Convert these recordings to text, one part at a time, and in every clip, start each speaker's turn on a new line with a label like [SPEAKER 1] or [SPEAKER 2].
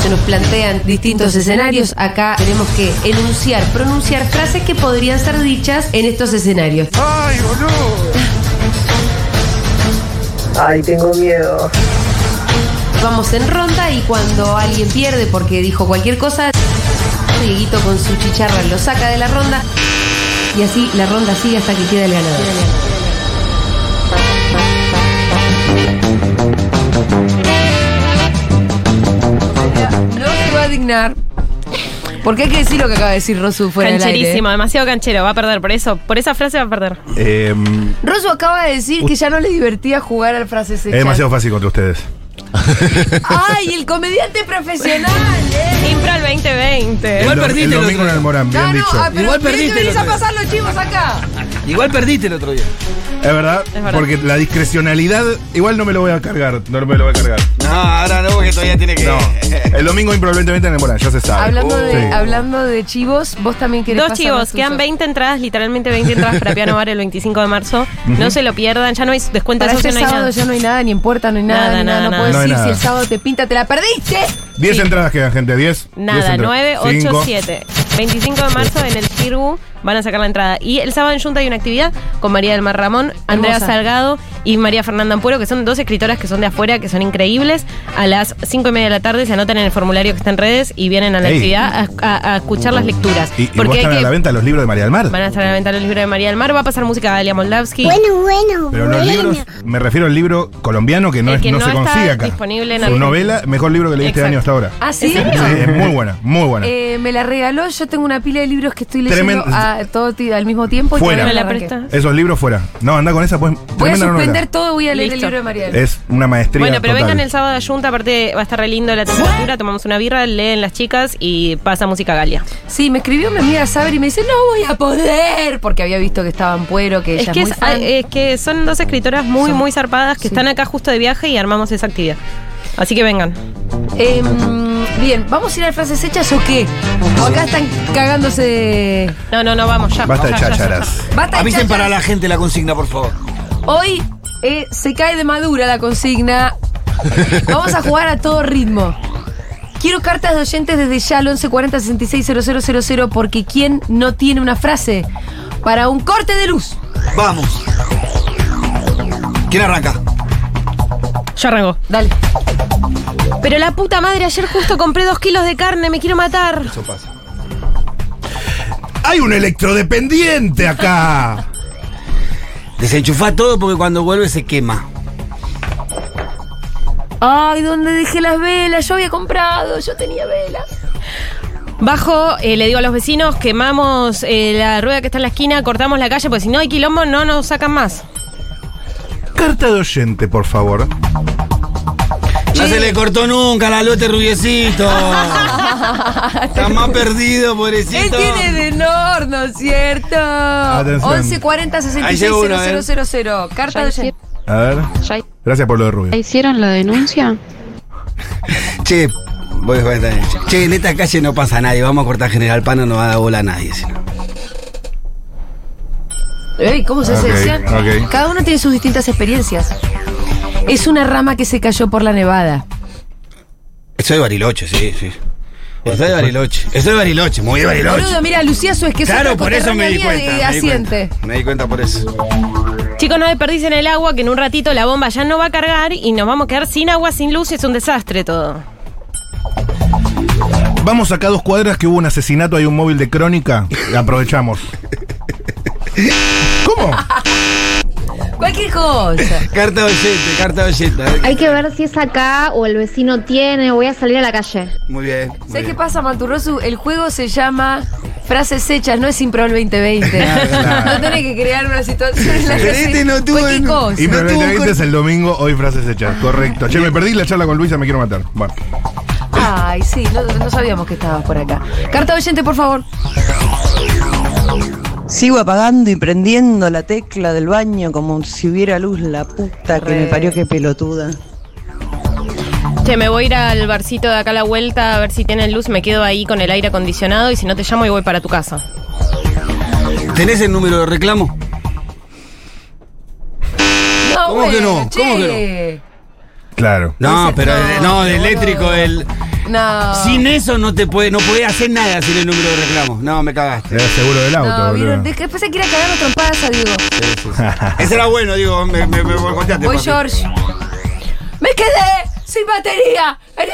[SPEAKER 1] Se nos plantean distintos escenarios. Acá tenemos que enunciar, pronunciar frases que podrían ser dichas en estos escenarios.
[SPEAKER 2] ¡Ay, boludo!
[SPEAKER 3] Ay, tengo miedo.
[SPEAKER 1] Vamos en ronda y cuando alguien pierde porque dijo cualquier cosa, Dieguito con su chicharra lo saca de la ronda y así la ronda sigue hasta que queda el ganador. No se va a dignar. Porque hay que decir lo que acaba de decir Rosu fuera del aire.
[SPEAKER 4] Cancherísimo, demasiado canchero, va a perder por eso, por esa frase va a perder.
[SPEAKER 2] Em,
[SPEAKER 1] Rosu acaba de decir que ya no le divertía jugar al frase
[SPEAKER 2] es demasiado fácil contra ustedes.
[SPEAKER 1] ¡Ay, el comediante profesional! eh!
[SPEAKER 4] Impro al 2020.
[SPEAKER 5] Igual
[SPEAKER 2] El do-
[SPEAKER 5] perdiste
[SPEAKER 2] el
[SPEAKER 5] el
[SPEAKER 2] domingo en
[SPEAKER 5] otro
[SPEAKER 2] el
[SPEAKER 5] día.
[SPEAKER 2] Morán, bien
[SPEAKER 1] Claro,
[SPEAKER 2] dicho.
[SPEAKER 1] ah, pero
[SPEAKER 5] Igual
[SPEAKER 1] ¿por qué
[SPEAKER 5] perdiste
[SPEAKER 1] venís
[SPEAKER 5] el
[SPEAKER 1] a
[SPEAKER 5] otro día.
[SPEAKER 1] pasar los chivos acá?
[SPEAKER 5] Igual perdiste el otro día.
[SPEAKER 2] Es verdad,
[SPEAKER 4] verdad.
[SPEAKER 2] porque la discrecionalidad, igual no me lo voy a cargar, no me lo voy a cargar.
[SPEAKER 5] No, ahora no, porque todavía tiene que.
[SPEAKER 2] No, el domingo improbablemente en el Morán, ya se sabe.
[SPEAKER 1] Hablando, de,
[SPEAKER 2] Ah, Sí.
[SPEAKER 1] hablando de chivos, vos también querés
[SPEAKER 4] Dos
[SPEAKER 1] pasar a
[SPEAKER 4] chivos,
[SPEAKER 1] Suso.
[SPEAKER 4] quedan 20 entradas, literalmente 20 entradas para Piano Bar el 25 de marzo. No se lo pierdan, ya no hay descuento
[SPEAKER 1] Para
[SPEAKER 4] de socio,
[SPEAKER 1] este
[SPEAKER 4] no hay
[SPEAKER 1] sábado
[SPEAKER 4] nada.
[SPEAKER 1] ya no hay nada, ni en puerta, no hay nada,
[SPEAKER 4] Nada,
[SPEAKER 1] ni nada,
[SPEAKER 4] nada,
[SPEAKER 1] no
[SPEAKER 4] nada.
[SPEAKER 1] puedo
[SPEAKER 2] No hay
[SPEAKER 1] decir si
[SPEAKER 2] nada.
[SPEAKER 1] el sábado te pinta, te la perdiste.
[SPEAKER 2] 10 entradas quedan, gente, 10.
[SPEAKER 4] Nada, 9, 8, 7. 25 de marzo en el Shirgu van a sacar la entrada. Y el sábado en Junta hay una actividad con María del Mar Ramón, Andrea
[SPEAKER 1] Hermosa.
[SPEAKER 4] Salgado y María Fernanda Ampuero, que son dos escritoras que son de afuera, que son increíbles. A las 5 y media de la tarde se anotan en el formulario que está en redes y vienen a la
[SPEAKER 2] Ey.
[SPEAKER 4] actividad a, a- a escuchar las lecturas.
[SPEAKER 2] Y, y vos
[SPEAKER 4] hay
[SPEAKER 2] están a
[SPEAKER 4] que-
[SPEAKER 2] la venta los libros de María del Mar.
[SPEAKER 4] Van a estar a la venta los libros de María del Mar, va a pasar música de Alia Moldavsky.
[SPEAKER 2] Pero los libros, me refiero al libro colombiano que no,
[SPEAKER 4] El
[SPEAKER 2] es-
[SPEAKER 4] que
[SPEAKER 2] no
[SPEAKER 4] no
[SPEAKER 2] se
[SPEAKER 4] está
[SPEAKER 2] consigue acá.
[SPEAKER 4] disponible en
[SPEAKER 2] Su
[SPEAKER 4] Argentina.
[SPEAKER 2] novela, mejor libro que leí este
[SPEAKER 4] Exacto.
[SPEAKER 2] año hasta ahora.
[SPEAKER 1] ¿Ah, sí?
[SPEAKER 2] Sí, es muy buena, muy buena.
[SPEAKER 1] Eh, me la regaló, yo tengo una pila de libros que estoy leyendo
[SPEAKER 2] Tremendo.
[SPEAKER 1] a, todo ti- al mismo tiempo. y
[SPEAKER 2] Fuera.
[SPEAKER 1] todavía no
[SPEAKER 4] Me la
[SPEAKER 1] arranqué.
[SPEAKER 4] presta.
[SPEAKER 2] Esos libros fuera. No, anda con esa, pues.
[SPEAKER 1] Voy a
[SPEAKER 2] tremenda novela.
[SPEAKER 1] suspender todo, voy a leer el
[SPEAKER 4] Listo.
[SPEAKER 1] libro de María.
[SPEAKER 2] Es una maestría.
[SPEAKER 4] Bueno, pero
[SPEAKER 2] total.
[SPEAKER 4] vengan el sábado a Junta, aparte va a estar re lindo la temperatura, tomamos una birra, leen las chicas y pasa música Galia.
[SPEAKER 1] Sí, me escribió mi amiga Saber y me dice, no voy a poder, porque había visto que estaba en puero, que ella
[SPEAKER 4] Es
[SPEAKER 1] es,
[SPEAKER 4] que,
[SPEAKER 1] muy
[SPEAKER 4] es-
[SPEAKER 1] fan.
[SPEAKER 4] es que son dos escritoras muy,
[SPEAKER 1] Son-
[SPEAKER 4] muy zarpadas que
[SPEAKER 1] sí.
[SPEAKER 4] están acá justo de viaje y armamos esa actividad. Así que vengan.
[SPEAKER 1] Eh, bien, ¿vamos a ir a frases hechas o qué? O acá están cagándose de...
[SPEAKER 4] No, no, no, vamos, ya.
[SPEAKER 2] Basta de
[SPEAKER 4] ya, ya, ya,
[SPEAKER 2] chácharas.
[SPEAKER 1] Basta de
[SPEAKER 5] Avisen
[SPEAKER 1] chachas.
[SPEAKER 5] para la gente la consigna, por favor.
[SPEAKER 1] Hoy eh, se cae de madura la consigna. Vamos a jugar a todo ritmo. Quiero cartas de oyentes desde ya al 1140 660000 porque ¿quién no tiene una frase para un corte de luz?
[SPEAKER 5] Vamos. ¿Quién arranca?
[SPEAKER 4] ya. Yo arranco.
[SPEAKER 1] Dale.
[SPEAKER 4] Pero la puta madre, ayer justo compré dos kilos de carne, me quiero matar.
[SPEAKER 2] Eso pasa. Hay un electrodependiente acá.
[SPEAKER 5] Desenchufa todo porque cuando vuelve se quema.
[SPEAKER 1] Ay, ¿dónde dejé las velas? Yo había comprado, yo tenía velas.
[SPEAKER 4] Bajo, eh, le digo a los vecinos, quemamos eh, la rueda que está en la esquina, cortamos la calle, porque si no hay quilombo no nos sacan más.
[SPEAKER 2] Carta de oyente, por favor.
[SPEAKER 5] No se le cortó nunca la lote rubiecito. Está más perdido,
[SPEAKER 1] Él
[SPEAKER 5] pobrecito.
[SPEAKER 1] tiene de Nor, ¿no es cierto?
[SPEAKER 2] Atención.
[SPEAKER 1] 1140
[SPEAKER 5] llegó uno, ¿eh?
[SPEAKER 1] 660000. Carta de oyente.
[SPEAKER 2] A ver.
[SPEAKER 6] ¿Ya
[SPEAKER 2] Gracias por lo de Rubio.
[SPEAKER 6] hicieron la denuncia?
[SPEAKER 5] Che, voy a estar bien. Che, en esta calle no pasa nadie. Vamos a cortar General Pano, no va a dar bola a nadie. si no.
[SPEAKER 1] Ey, ¿Cómo se
[SPEAKER 2] Ok,
[SPEAKER 1] hace?
[SPEAKER 2] ok.
[SPEAKER 1] Cada uno tiene sus distintas experiencias. Es una rama que se cayó por la nevada.
[SPEAKER 5] Soy de Bariloche, sí, sí. Soy de Bariloche. Soy de Bariloche, muy de Bariloche.
[SPEAKER 1] Boludo, mira, Lucía es que es
[SPEAKER 5] Claro,
[SPEAKER 1] otra
[SPEAKER 5] por eso me di
[SPEAKER 1] conterránea de-
[SPEAKER 5] cuenta. me di cuenta.
[SPEAKER 1] asiente.
[SPEAKER 5] Me di cuenta por eso.
[SPEAKER 4] Chicos, no desperdicien el agua, que en un ratito la bomba ya no va a cargar y nos vamos a quedar sin agua, sin luz, y es un desastre todo.
[SPEAKER 2] Vamos acá a dos cuadras que hubo un asesinato, hay un móvil de crónica. Aprovechamos. ¿Cómo?
[SPEAKER 1] Cualquier cosa.
[SPEAKER 5] Carta de oyente, carta de oyente. A ver.
[SPEAKER 7] Hay que ver si es acá o el vecino tiene. Voy a salir a la calle.
[SPEAKER 5] Muy bien. muy
[SPEAKER 1] ¿Sabes qué
[SPEAKER 5] bien.
[SPEAKER 1] pasa, Maturrosu? El juego se llama Frases Hechas, no es Impro el 2020. no tenés que crear una situación en la que
[SPEAKER 5] Pero este
[SPEAKER 1] se-
[SPEAKER 5] no tuvo
[SPEAKER 1] cualquier
[SPEAKER 5] en-
[SPEAKER 1] cosa.
[SPEAKER 2] Y
[SPEAKER 5] No
[SPEAKER 2] pero
[SPEAKER 5] tuvo
[SPEAKER 2] el
[SPEAKER 5] cor-
[SPEAKER 2] es el domingo, hoy frases hechas. Correcto. Che, me perdí la charla con Luisa, me quiero matar. Bueno.
[SPEAKER 1] Ay, sí, no, no sabíamos que estabas por acá. Carta oyente, por favor.
[SPEAKER 6] Sigo apagando y prendiendo la tecla del baño como si hubiera luz la puta que
[SPEAKER 4] Re.
[SPEAKER 6] me parió que pelotuda.
[SPEAKER 4] Che, me voy a ir al barcito de acá a la vuelta a ver si tienen luz. Me quedo ahí con el aire acondicionado y si no te llamo y voy para tu casa.
[SPEAKER 5] ¿Tenés el número de reclamo?
[SPEAKER 1] No,
[SPEAKER 5] ¿Cómo que no?
[SPEAKER 1] Ah, bueno,
[SPEAKER 5] ¿Cómo
[SPEAKER 1] che.
[SPEAKER 2] Claro.
[SPEAKER 5] No, pero
[SPEAKER 1] no,
[SPEAKER 5] eh, no, de
[SPEAKER 1] boludo. Ah.
[SPEAKER 5] eléctrico, el.
[SPEAKER 1] No.
[SPEAKER 5] Sin eso no te puede, no podés hacer nada sin el número de reclamo. No, me cagaste.
[SPEAKER 2] Era seguro del auto,
[SPEAKER 1] No,
[SPEAKER 2] boludo.
[SPEAKER 1] vieron, de- después se quiere cagar los trompadas a Diego.
[SPEAKER 5] Ese era bueno, digo, me, me, me boicoteaste,
[SPEAKER 1] Voy
[SPEAKER 5] papi.
[SPEAKER 1] George. Me quedé sin batería en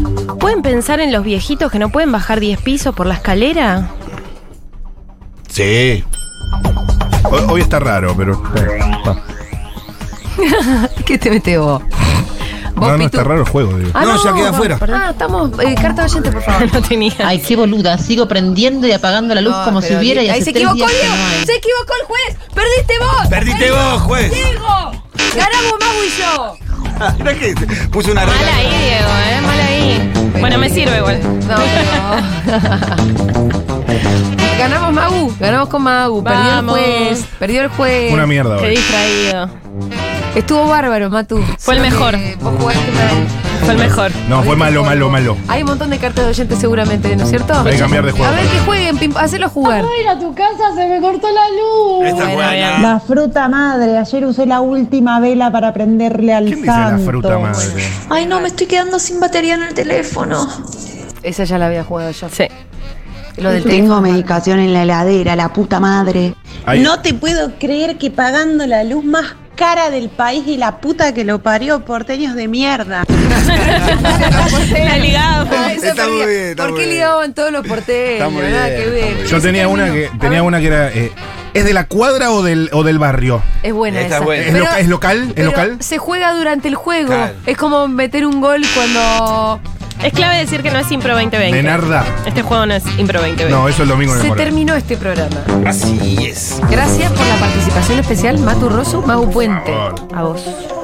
[SPEAKER 1] el teléfono.
[SPEAKER 4] ¿Pueden pensar en los viejitos que no pueden bajar 10 pisos por la escalera?
[SPEAKER 5] Sí.
[SPEAKER 2] Hoy, hoy está raro, pero. va.
[SPEAKER 1] ¿Qué te metes vos? Vos,
[SPEAKER 2] No, no,
[SPEAKER 1] Pitu.
[SPEAKER 2] está raro el juego, digo.
[SPEAKER 1] Ah,
[SPEAKER 5] No, ya queda afuera.
[SPEAKER 1] Ah, estamos. eh, carta de oyente, por favor.
[SPEAKER 4] No tenía.
[SPEAKER 8] Ay, qué boluda, sigo prendiendo y apagando la luz
[SPEAKER 1] No,
[SPEAKER 8] como si
[SPEAKER 1] pero
[SPEAKER 8] hubiera y
[SPEAKER 1] Ahí
[SPEAKER 8] hace
[SPEAKER 1] se
[SPEAKER 8] tres
[SPEAKER 1] equivocó,
[SPEAKER 8] días que
[SPEAKER 1] Diego.
[SPEAKER 8] no hay.
[SPEAKER 1] Se equivocó el juez. Perdiste vos.
[SPEAKER 5] Perdiste
[SPEAKER 1] Perdimos,
[SPEAKER 5] vos, juez.
[SPEAKER 1] Diego. Ganamos Mau y yo.
[SPEAKER 5] Mirá que puse una
[SPEAKER 4] Mal ahí,
[SPEAKER 5] regla.
[SPEAKER 4] Diego, ¿eh? Mal ahí. Bueno, me sirve igual.
[SPEAKER 1] No, no. Ganamos Magu, ganamos con Magu, perdió el
[SPEAKER 4] Vamos.
[SPEAKER 1] juez, perdió el juez.
[SPEAKER 2] Una mierda
[SPEAKER 4] Qué
[SPEAKER 2] hoy.
[SPEAKER 4] distraído.
[SPEAKER 1] Estuvo bárbaro, Matu.
[SPEAKER 4] Fue el
[SPEAKER 1] Solo
[SPEAKER 4] mejor.
[SPEAKER 1] que Vos jugaste mal.
[SPEAKER 4] Fue el mejor.
[SPEAKER 2] No, fue malo, malo, malo.
[SPEAKER 1] Hay un montón de cartas de oyentes seguramente, ¿no es cierto?
[SPEAKER 2] Hay que cambiar de juego.
[SPEAKER 1] A ver que jueguen, pim, hacelo jugar.
[SPEAKER 7] ir a tu casa, se me cortó la luz.
[SPEAKER 5] Esta
[SPEAKER 4] Bueno,
[SPEAKER 5] buena.
[SPEAKER 4] bien.
[SPEAKER 6] La fruta madre, ayer usé la última vela para prenderle al
[SPEAKER 2] ¿Quién dice la fruta madre?
[SPEAKER 9] Ay, no, me estoy quedando sin batería en el teléfono.
[SPEAKER 1] Esa ya la había jugado yo.
[SPEAKER 4] Sí.
[SPEAKER 1] Lo del
[SPEAKER 6] Tengo medicación en la heladera, la puta madre.
[SPEAKER 2] Ahí-
[SPEAKER 6] No te puedo creer que pagando la luz más cara del país y la puta que lo parió, porteños de mierda.
[SPEAKER 4] La ligado.
[SPEAKER 1] Ah, Esa
[SPEAKER 5] Está muy
[SPEAKER 1] pelea.
[SPEAKER 5] bien, está
[SPEAKER 1] ¿Por
[SPEAKER 5] muy
[SPEAKER 1] qué
[SPEAKER 5] bien.
[SPEAKER 1] ligaban todos los
[SPEAKER 5] Está muy
[SPEAKER 1] porteros?
[SPEAKER 5] bien,
[SPEAKER 1] Ah, qué
[SPEAKER 5] está
[SPEAKER 1] bien.
[SPEAKER 5] muy
[SPEAKER 2] Yo
[SPEAKER 1] Ese
[SPEAKER 2] tenía
[SPEAKER 1] término.
[SPEAKER 2] una que,
[SPEAKER 1] A
[SPEAKER 2] tenía
[SPEAKER 1] ver,
[SPEAKER 2] una que era. eh, ¿Es de la cuadra o del, o del barrio?
[SPEAKER 1] Es buena
[SPEAKER 5] Esta
[SPEAKER 1] esa.
[SPEAKER 5] es buena.
[SPEAKER 2] ¿Es, loca- es local? ¿Es
[SPEAKER 1] pero
[SPEAKER 2] local?
[SPEAKER 1] Se juega durante el juego.
[SPEAKER 5] Claro.
[SPEAKER 1] Es como meter un gol cuando
[SPEAKER 4] Es clave decir que no es Impro 2020.
[SPEAKER 2] De Narda.
[SPEAKER 4] Este juego no es Impro 2020.
[SPEAKER 2] No, eso el domingo en
[SPEAKER 1] se
[SPEAKER 2] el Morel.
[SPEAKER 1] terminó este programa.
[SPEAKER 5] Así es.
[SPEAKER 1] Gracias por la participación especial, Matu Rosu, Mago Puente.
[SPEAKER 2] favor.
[SPEAKER 1] A vos.